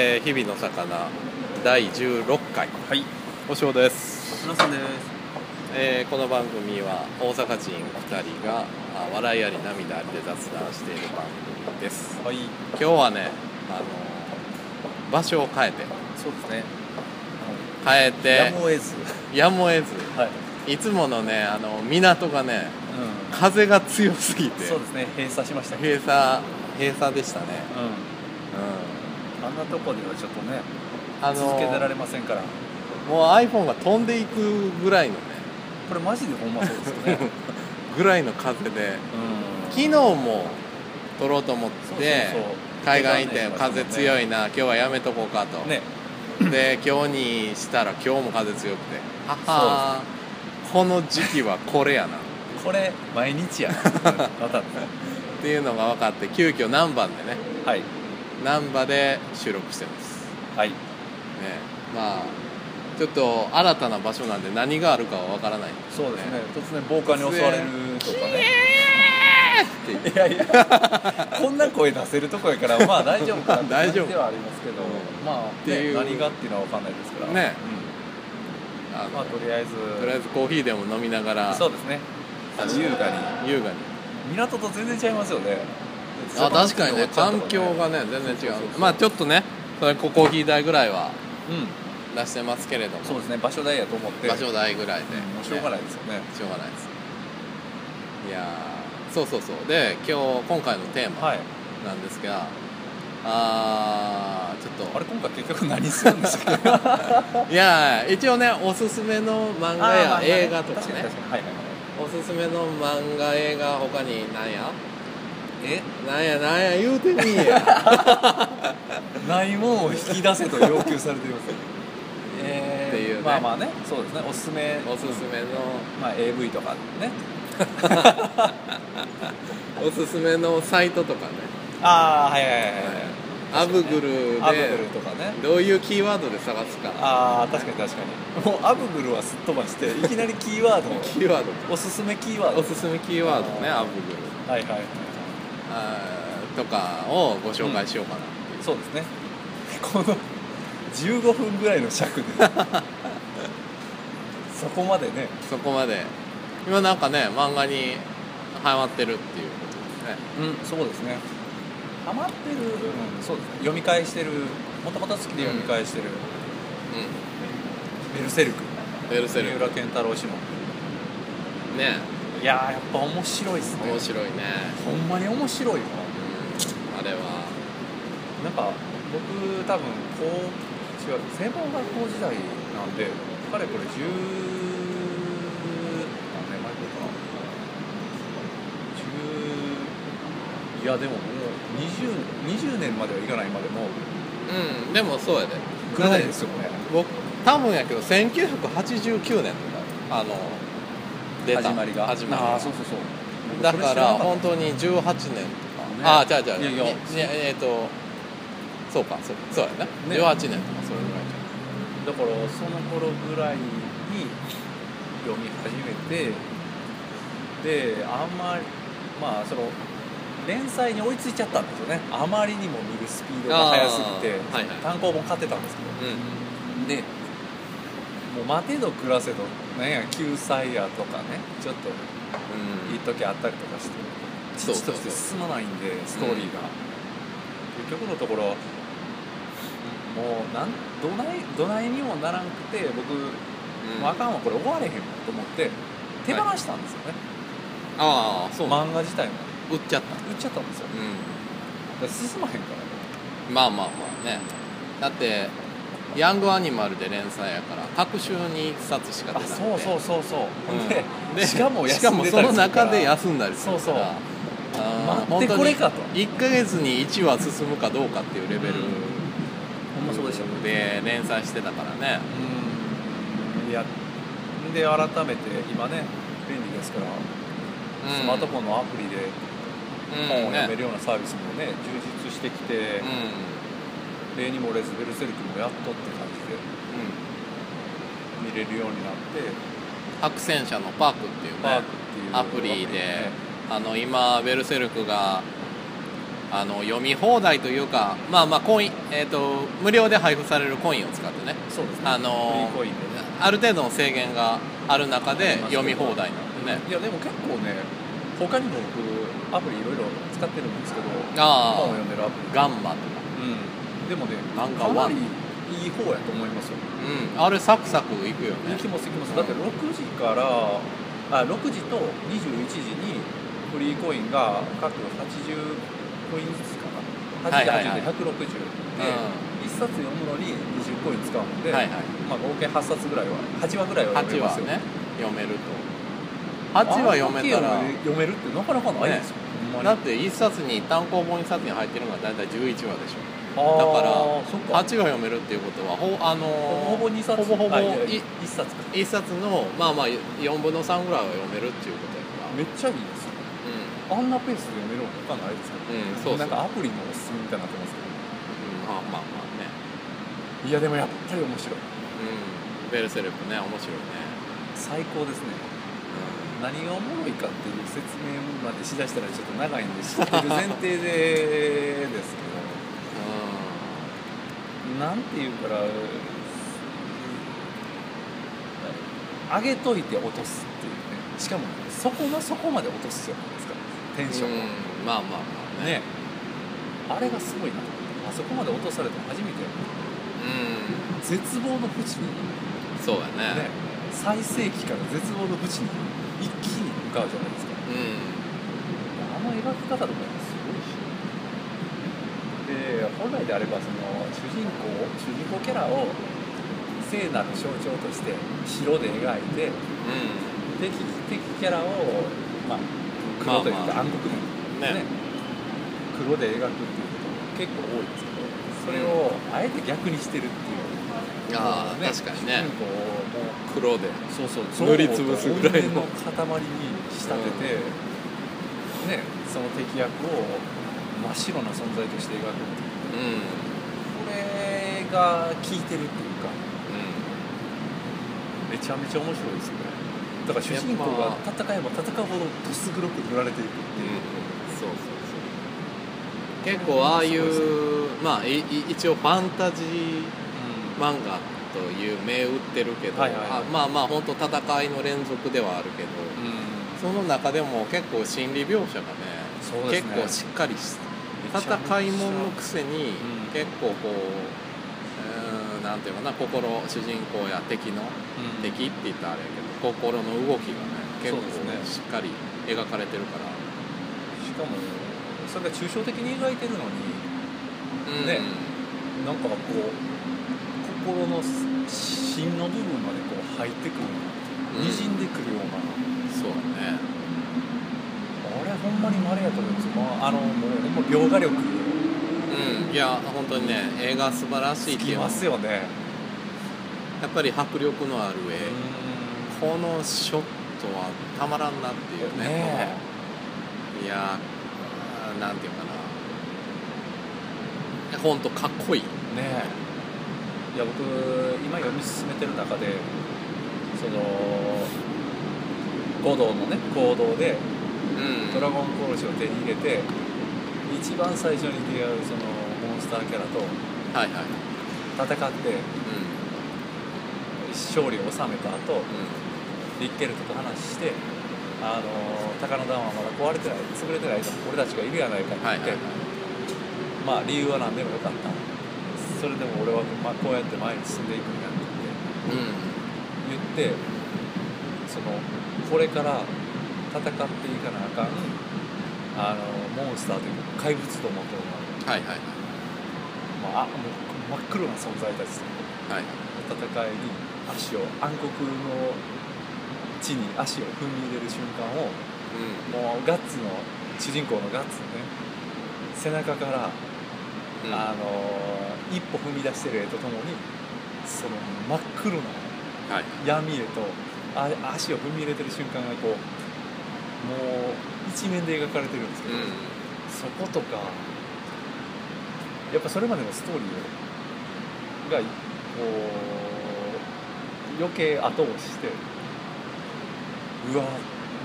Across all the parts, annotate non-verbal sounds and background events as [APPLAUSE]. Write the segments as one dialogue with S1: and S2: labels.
S1: えー日々の魚第16回
S2: はい、
S1: おしです、
S2: 皆さんです。
S1: えーこの番組は大阪人2人があ笑いあり涙ありで雑談している番組です
S2: はい、
S1: 今日はねあの場所を変えて
S2: そうですね。
S1: 変えて
S2: やむを得ず。
S1: やむを得
S2: はい。
S1: ずいつものねあの港がね
S2: う
S1: 風が強すぎて
S2: ん。そうですね。閉鎖しましたけど。
S1: 閉鎖閉鎖でしたね、
S2: うん。
S1: う
S2: あんなとこではちょっとね、
S1: ん、あの
S2: 続けてられませんから。
S1: もう iPhone が飛んでいくぐらいのね
S2: これマジでほんまそうですよね。うん。
S1: ぐらいの風で昨日も撮ろうと思って
S2: そうそうそう
S1: 海外移転風強
S2: い。
S1: いな今日はやめとこうかと、
S2: ね。
S1: で今日にしたら今日も風強くてははーこの時期はこれやなっ
S2: これ毎日やな。また。
S1: ていうのが分かって急遽難波でね
S2: はい。
S1: 難波で収録してますね
S2: はい。
S1: まあちょっと新たな場所なんで何があるかは分からないんです
S2: そうですね。突然暴漢に襲われるとかね。
S1: っていう
S2: いやいや。こんな声出せるとこやから、まあ大丈夫かなって感じではありますけど
S1: う、
S2: まあ、
S1: てい
S2: ね
S1: う
S2: 何がっていうのはわかんないですから。
S1: ね
S2: うん。
S1: あの
S2: まあとりあえず
S1: とりあえずコーヒーでも飲みながら
S2: そうですね優雅に
S1: 優雅に
S2: 港と全然違いますよね
S1: あ確かにね環境が
S2: ね
S1: ね全然違
S2: そうそう
S1: う
S2: そう
S1: まあちょっとねそれココーヒー代ぐらいは
S2: うん
S1: 出してますけれども
S2: そうですね場所代やと思って
S1: 場所代ぐらいで、
S2: うんもうしょう
S1: ね
S2: がないですよね
S1: しょうがないですいやーそうそうそうで今日今回のテーマ
S2: はい
S1: なんですが、あーちょっと
S2: あれ今回結局何するんでしたっけ
S1: [LAUGHS] いやー一応ねおすすめの漫画や映画とか
S2: 確に
S1: ね
S2: 確かにはいはいはい
S1: おすすめの漫画映画他に何や
S2: え
S1: なんやなんや言うてみい
S2: [LAUGHS]
S1: や
S2: ないもんを引き出せと要求されていますえ
S1: [LAUGHS] っ
S2: ー
S1: ていうね
S2: まあまあねそうですねおすすめ
S1: おすすめの
S2: まあ AV とかね
S1: おすすめのサイトとかね
S2: ああはいはいはい
S1: アブグル
S2: はいアブグル
S1: で
S2: とかね
S1: どういうキーワードで探すか
S2: あー確かに確かにもうアブグルはすっ飛ばしていきなりキーワードを
S1: キーワード
S2: おすすめキーワード
S1: おすすめキーワードねアブグル
S2: はいはい
S1: あーとかをご紹介しようかなっていう、
S2: そうですねこの15分ぐらいの尺でそこまでね
S1: そこまで今なんかね漫画にハマってるっていうことですね
S2: うんそうですねハマってる、うん、そうですね読み返してるもともと好きで読み返してる、ベルセルク
S1: うんベルセ
S2: 三
S1: ルク
S2: 浦健太郎氏の
S1: ね
S2: いやーやっぱ面白いっすね
S1: 面白いね、
S2: ほんまに面白いよ
S1: うん、あれは
S2: なんか僕多分こう違う専門学校時代なんで彼これ10何年前くらいかな10いやでももう 20, 20年まではいかないまでも
S1: うんでもそうやで
S2: くらいですよね
S1: 僕多分やけど1989年とかあの出た
S2: 始まりが
S1: 始まり
S2: あ
S1: が
S2: あそうそうそう
S1: だから
S2: 僕それ知なっ
S1: 本当に18年
S2: たね
S1: ああじゃあじゃあ
S2: いやいや
S1: ねえっ、とそうかそうそうやな、
S2: ね
S1: 18年とかそれぐらい
S2: だからその頃ぐらいに読み始めてであんまりまあその連載に追いついちゃったんですよねあまりにも見るスピードが速すぎて、
S1: あーはいはい
S2: 単行本買ってたんですけどでもう待てど暮らせどなんや救済やとかねちょっと
S1: うん、う
S2: いい
S1: ん、
S2: 時あったりとかして
S1: そう
S2: 父
S1: そ
S2: と
S1: う
S2: し
S1: そ
S2: て
S1: う
S2: 進まないんでストーリーが、結局のところもうなんどないどないにもならんくて僕、
S1: うん
S2: もうあかんわこれ終われへんわと思って手放したんですよね、
S1: ああそう
S2: 漫画自体も
S1: 売っちゃった
S2: 売っちゃったんですよ
S1: う
S2: だから進まへんから
S1: んまあまあまあねだってヤングアニマルで連載やから各週に1冊しか出な
S2: あ
S1: くて
S2: そうそうそうそう、
S1: うん
S2: で
S1: で
S2: しかも休んでたり
S1: しかもその中です休んだりするから
S2: そうそう
S1: あー
S2: 待ってこれかと
S1: 本当に1ヶ月に1話進むかどうかっていうレベル
S2: うんるからほんまそうでしたね
S1: で連載してたからね
S2: うんいやで改めて今ね便利ですから、スマートフォンのアプリで本を
S1: うん
S2: 読め
S1: ね
S2: るようなサービスもね充実してきて、例にもレズベルセルクもやっとって感じで
S1: うんうん
S2: 見れるようになって
S1: 白戦車のパークっていうね
S2: パークっていう
S1: アプリで
S2: ね
S1: あの今ベルセルクがあの読み放題というかまあまあコイン、えー、と無料で配布されるコインを使ってね
S2: そうですね
S1: あのー
S2: フリーコインで
S1: ある程度の制限がある中で
S2: ありますけ
S1: 読み
S2: ど
S1: 放題なんでね
S2: いやでも結構ね他にも僕アプリいろいろ使ってるんですけど本
S1: あ
S2: を読んでるアプ
S1: あガンマとか
S2: リ、うん、でもね
S1: なんか
S2: か
S1: ワ
S2: な
S1: ン
S2: りいい方やと思いますよ
S1: うんあれサクサクいくよ
S2: 行
S1: ね
S2: きます行きますだって6時からあ6時と21時にフリーコインが各80コインずつかな
S1: はい
S2: 80で
S1: はいはい
S2: 160で、1冊読むのに20コイン使う
S1: う
S2: ので、
S1: ん、はいはい
S2: まあ、合計8冊ぐらいは8話ぐらいは読
S1: 8
S2: めます
S1: は
S2: よ
S1: ね読めると8は読めたら
S2: あの時読めるってなかなかないですよ、ほん
S1: だっ
S2: ま
S1: て
S2: に
S1: 1冊に単行本1冊に入ってるのが大体11話でしょ
S2: あ
S1: だ
S2: ー
S1: から8
S2: そっか
S1: が読めるっていうことはほ,、あのー
S2: ほぼ2冊
S1: ほぼほぼ
S2: あいや
S1: い
S2: 1冊か
S1: 1冊のまあまあ4分の3ぐらいは読めるっていうことやから
S2: めっちゃいいですよあんなペースで読めるの他ないですけ
S1: うん、うん、そうそう
S2: どなんかアプリのおすすめみたいになってますけど
S1: うんまあまあまあね
S2: いやでもやっぱり面白い
S1: うんベルセルクね面白いね、
S2: 最高ですね何がおもろいかっていう説明までしだしたらちょっと長いんで知ってる前提でですけ
S1: う
S2: どなんていうから上げといて落とすっていうねしかもそこのそこまで落とすじゃないですかテンショ
S1: ん、
S2: ンを
S1: うん、まあまあまあね
S2: ねあれがすごいなと思ってあそこまで落とされて初め
S1: う
S2: て絶望の淵に
S1: んそうやね
S2: ね最盛期から絶望の淵に一気に向かうじゃないですか
S1: う
S2: あの描き方とかもすごいしで本来であればその主人公主人公キャラを聖なる象徴として白で描いて
S1: ん
S2: 敵敵キャラを、まあ、黒という
S1: まあ
S2: か
S1: まあ
S2: 暗黒面
S1: うんね
S2: 黒で描くっていうことも結構多いんですけどそれをあえて逆にしてるっていう
S1: ああ、確かにね
S2: 主人公
S1: 黒
S2: をもう
S1: で
S2: そうそう
S1: 塗りつぶすぐらいの
S2: の塊に仕立てて、ねその敵役を真っ白な存在として描くっていう
S1: うん
S2: これが効いてるっていうかめちゃめちゃ面白いですよねだから主人公が戦えば戦うほどどす黒く塗られていくっていう、
S1: そうそうそう結構ああいうまあいい一応ファンタジー漫画という銘打ってるけど、
S2: はいはいはい
S1: あまあまあ本当戦いの連続ではあるけど
S2: うん
S1: その中でも結構心理描写がね
S2: そうですね
S1: 結構しっかりし
S2: めちゃめちゃ
S1: 戦いもんのくせに
S2: ん
S1: 結構こううーんなんていうかな心主人公や敵の
S2: うん
S1: 敵って言ったらあれやけど心の動きがね結
S2: そうで
S1: 構しっ
S2: すね
S1: かり描かれてるから。
S2: しかもそれが抽象的に描いてるのに
S1: うん
S2: ねなんかこう心の芯の部分までこう入ってくる
S1: うん
S2: にじんでくるような、
S1: そうだね
S2: あれほんまに稀やと思いますよ、まあ、あのもうほんま描画力
S1: うんいや本当にね映画素晴らしい
S2: つ
S1: ってい
S2: き
S1: うのは
S2: ますよね
S1: やっぱり迫力のある絵、
S2: う
S1: このショットはたまらんなっていうね
S2: ね
S1: いやーなんていうかな本当かっこいい、うん
S2: ねえいや僕今読み進めてる中でその五道のね行動で「ドラゴン殺し」を手に入れて一番最初に出会うそのモンスターキャラと
S1: はいはい、
S2: 戦って
S1: う
S2: 勝利を収めた後
S1: ん
S2: リッケルトと話して「あの高野弾はまだ壊れてない潰れてないと俺たちがいるやないか」っ
S1: う
S2: て
S1: ん、はいは
S2: 言って、
S1: いはい
S2: まあ理由は何でもよかったそれでも俺は、まあ、こうやって前に進んでいくんだって
S1: うん
S2: 言って言ってそのこれから戦っていかなあかんあのモンスターというか怪物と思って
S1: は
S2: る
S1: いはいはい
S2: のは、まあ、あもう真っ黒な存在たちと
S1: はい
S2: 戦いに足を暗黒の地に足を踏み入れる瞬間をもうガッツの主人公のガッツのね背中から、
S1: うんうん
S2: あのー一歩踏み出してる絵とともにその真っ黒な
S1: はい
S2: 闇へとあ足を踏み入れてる瞬間がこうもう一面で描かれてるんですけ
S1: う
S2: ど、
S1: ん
S2: そことかやっぱそれまでのストーリーがこう余計後押ししてうわ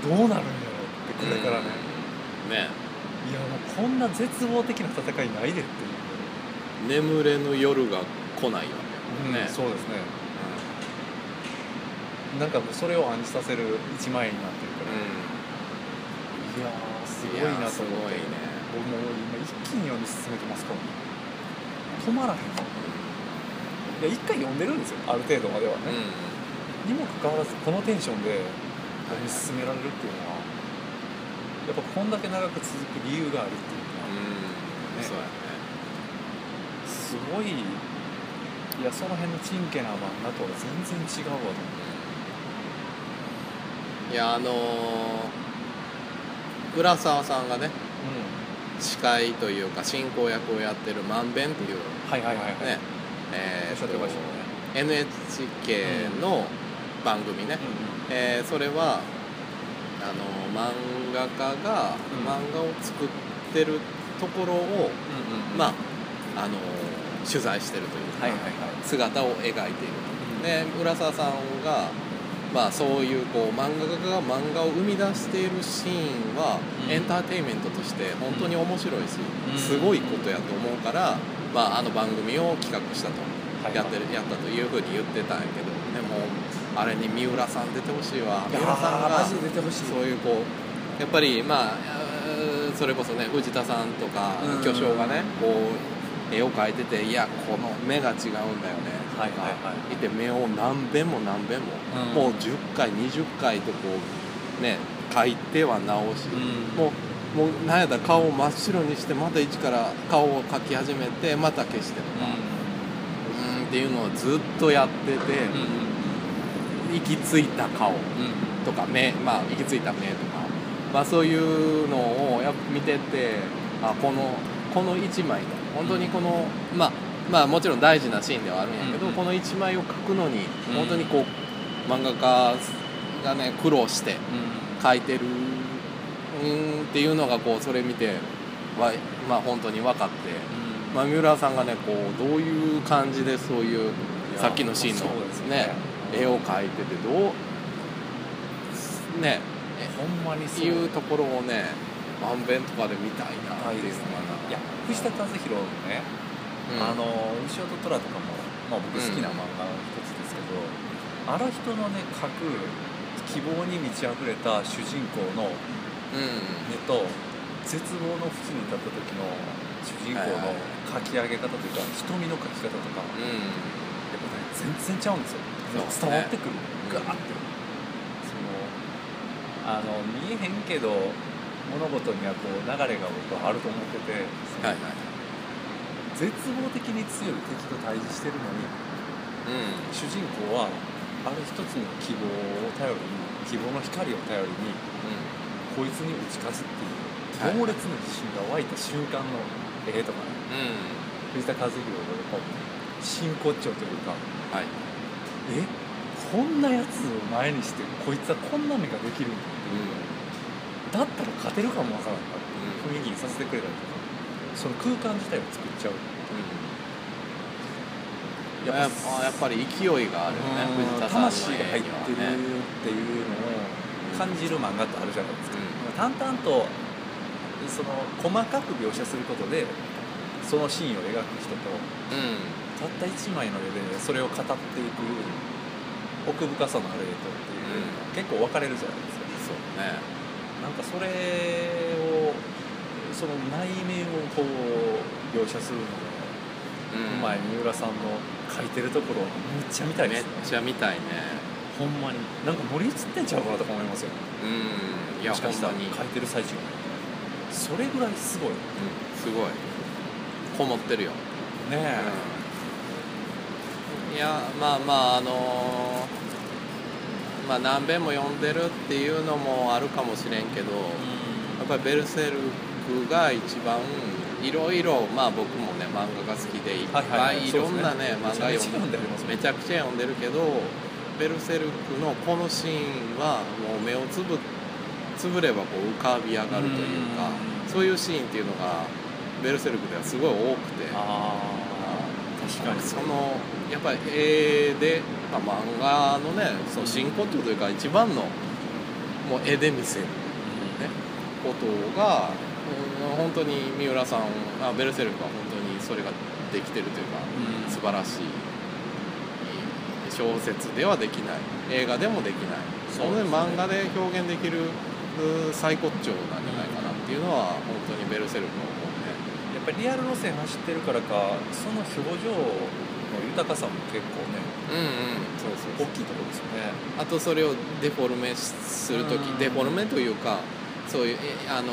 S2: どうなるんやろってこれからね、
S1: うんね
S2: いやもうこんな絶望的な戦いないでっていう、
S1: 眠れぬ夜が来ないわけだもんね、
S2: そうですねなんかもうそれを暗示させる一枚になってるから、いやーすごい
S1: うん
S2: な
S1: や
S2: と
S1: すご
S2: 思っ
S1: い
S2: て
S1: ね
S2: 僕もう今一気に読み進めてますから止まらへんいや一回読んでるんですよある程度までは
S1: うん
S2: ね、にもかかわらずこのテンションで読み進められるっていうのはやっぱこんだけ長く続く理由があるっていうのは、
S1: うんそうやね
S2: すごいいやその辺のチンケな漫画とは全然違うわと思って
S1: いやあのー浦沢さんがね司会というか進行役をやってる「まんべん」っていう
S2: はいはいはいはい
S1: ね、
S2: お
S1: え
S2: っし
S1: ー
S2: ゃ
S1: っ
S2: っ
S1: と
S2: てましたね、
S1: NHK の番組ね、えーそれはあの漫画家が
S2: うん
S1: 漫画を作ってるところを、
S2: うんうん
S1: まああの取材してるというか、
S2: はいはいはい
S1: 姿を描いているで浦沢さんが、まあ、そういうこう漫画家が漫画を生み出しているシーンは、
S2: うん
S1: エンターテインメントとして本当に面白いし、
S2: うん
S1: すごいことやと思うから、まあ、あの番組を企画したと。やってるやったというふうに言ってたんやけどでもあれに三浦さん出てほしいわ三浦さんが
S2: 出てほし
S1: そういうこうやっぱりまあえーそれこそね藤田さんとか
S2: うん
S1: 巨匠がねこう絵を描いてていやこの目が違うんだよねとか、
S2: はいはいはい
S1: て目を何遍も何遍も、
S2: うん
S1: もう10回20回とこうね描いては直し、
S2: うん
S1: もうもうなんやったら顔を真っ白にしてまた一から顔を描き始めてまた消してとか、うんっていうのをずっとやってて、行き着いた顔とか目まあ行き着いた目とか、まあ、そういうのをやっぱ見ててあこのこの1枚の本当にこの、まあまあもちろん大事なシーンではあるんやけど、
S2: うんうん
S1: この1枚を描くのに
S2: うん
S1: 本当にこう、漫画家がね苦労して描いてるうんっていうのがこうそれ見てわまあ本当に分かって。まあ、三浦さんがねこうどういう感じでそういう
S2: いや
S1: さっきのシーン
S2: そ
S1: の
S2: うです、よ
S1: ね
S2: ね
S1: 絵を描いててどうね
S2: ほんまにそう
S1: いうところをねまんべんとかで見たいなっていうの
S2: いや藤田和弘のね、
S1: がな、うん、
S2: あの「牛尾と虎」とかも、まあ、僕好きな漫画の一つですけど、あの人のね描く希望に満ち溢れた主人公の
S1: う
S2: 目と絶望の淵に立った時の主人公の描き上げ方というか瞳の描き方とか
S1: ん、うん、
S2: やっぱね全然違うんですよ
S1: そう
S2: 伝わ
S1: ね
S2: ってくるガーってそのあの見えへんけど物事にはこう流れが僕はあると思ってて、
S1: はいはい
S2: 絶望的に強い敵と対峙してるのに主人公はある一つの希望を頼りに希望の光を頼りに
S1: う
S2: こいつに打ち勝つって
S1: はいいう
S2: 猛烈な自信が湧いた瞬間の絵とかね
S1: んうんうん
S2: 藤田和弘がやっぱ真骨頂というか
S1: はい
S2: えこんなやつを前にしてこいつはこんな目ができるんだだったら勝てるかもわからんから雰囲気にさせてくれたりとかその空間自体を作っちゃう
S1: うんやっぱやっぱり勢いがあるよね
S2: うん
S1: 藤田さんの
S2: 魂が入
S1: 絵
S2: っ
S1: には
S2: てる
S1: ね
S2: っていうのを感じる漫画ってあるじゃないですか、淡々とその細かく描写することでそのシーンを描く人と
S1: うん、うん
S2: たった一枚の絵でそれを語っていく奥深さのある絵とっていう、結構分かれるじゃないです
S1: そ
S2: か
S1: うね
S2: なんかそれをその内面をこう描写するの
S1: うん
S2: がうまい三浦さんの描いてるところはめっちゃ見たい
S1: め
S2: で
S1: っ
S2: すね
S1: ちゃ見たいね
S2: ほんまになんか盛り移ってんちゃうかなとか思いますよ
S1: うんいや
S2: もしかしたら
S1: ほんまに、
S2: 描いてる最中それぐらいすごいね
S1: うんすごいこもってるよ、
S2: え
S1: いやまあまああのーまあ何遍も読んでるっていうのもあるかもしれんけどやっぱり「ベルセルク」が一番いろいろまあ僕もね漫画が好きでいっぱい,、いろんなね漫画
S2: 読
S1: 読んで
S2: んでありますね
S1: めちゃくちゃ読んでるけど「ベルセルク」のこのシーンはもう目をつぶつぶればこう浮かび上がるというか
S2: うん
S1: そういうシーンっていうのが「ベルセルク」ではすごい多くて
S2: ああ確かに
S1: そのやっぱり絵で、まあ、漫画のねその真骨頂というか一番のもう絵で見せる
S2: うん
S1: ことがうん本当に三浦さんあベルセルクは本当にそれができてるというか、
S2: うん
S1: 素晴らしい小説ではできない映画でもできない
S2: そう
S1: の
S2: ですね
S1: で漫画で表現できるうー最高潮なんじゃないかなっていうのは本当にベルセルクの本
S2: やっぱりリアル路線走ってるからかその表情の豊かさも結構ね
S1: 音ねうんうんそうそう
S2: 大きいところですよね
S1: あとそれをデフォルメする時
S2: うん
S1: デフォルメというかそういうえあの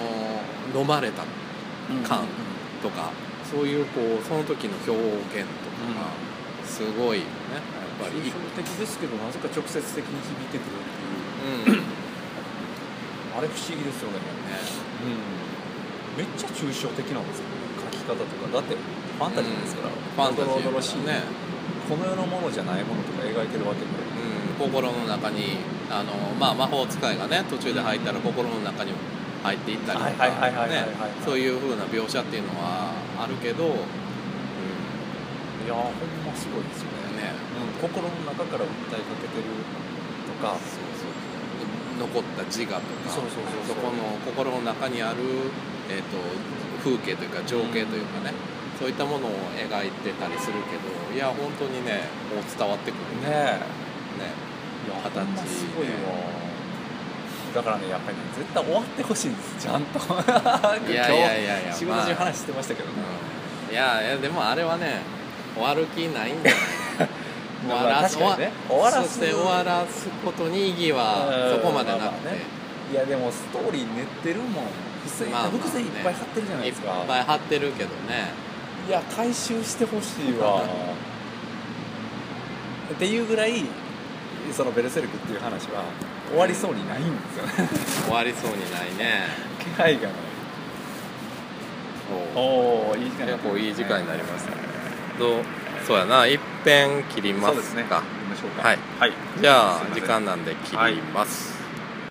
S1: 飲まれた感とかそういうこうその時の表現とかがすごいよね、やっぱり
S2: 抽象的ですけどなぜか直接的に響いてくるっていう
S1: うんね
S2: あれ不思議ですよね、めっちゃ抽象的なんですよ書き方とかだってファンタジーですから、
S1: ファンタジーだから
S2: 驚々しい、
S1: ね、
S2: この世のものじゃないものとか描いてるわけで、
S1: うん、心の中にあの、まあ、魔法使いがね途中で入ったら心の中にも入っていったりと
S2: はいはいは
S1: か
S2: いはいはい
S1: ね
S2: はい
S1: そういう風な描写っていうのはあるけど、うんね
S2: いやーほんますごいですよねうん、心の中から訴えかけてるとか
S1: そうそう残った自我とか
S2: そうそうそうそう
S1: この心の中にある、えー、と風景というか情景というかね、そういったものを描いてたりするけどいや本当にねもう伝わってくるね
S2: ね
S1: ね
S2: えいや
S1: 形ね
S2: ほんますごいよだからねやっぱりね絶対終わってほしいんですちゃんと
S1: いやいやいやいや
S2: 今日
S1: ま
S2: 仕事中
S1: あ
S2: 話してましたけどね、
S1: うんいやいやでもあれはね終わる気ないんだよ終わらす
S2: まあ確かにね終わらす
S1: そして終わらすことに意義は
S2: う
S1: そこ
S2: ん
S1: までな
S2: まあ
S1: くて、
S2: まあねいやでもストーリー練ってるもん伏線
S1: まあまあね
S2: 伏線いっぱい貼ってるじゃない
S1: い
S2: ですか
S1: っぱい張ってるけどね
S2: いや回収してほしい
S1: [LAUGHS]
S2: わっていうぐらいその「ベルセルク」っていう話は終わりそうにないんですよね
S1: 終わりそうにないね
S2: 気配がないおおいい時間
S1: 結構いい時間になりましたねどうそうやないっぺん切りま
S2: そうです
S1: す
S2: ね
S1: か
S2: 行きましょうか
S1: はい
S2: はい
S1: じゃあ
S2: すいません
S1: 時間なんで切ります、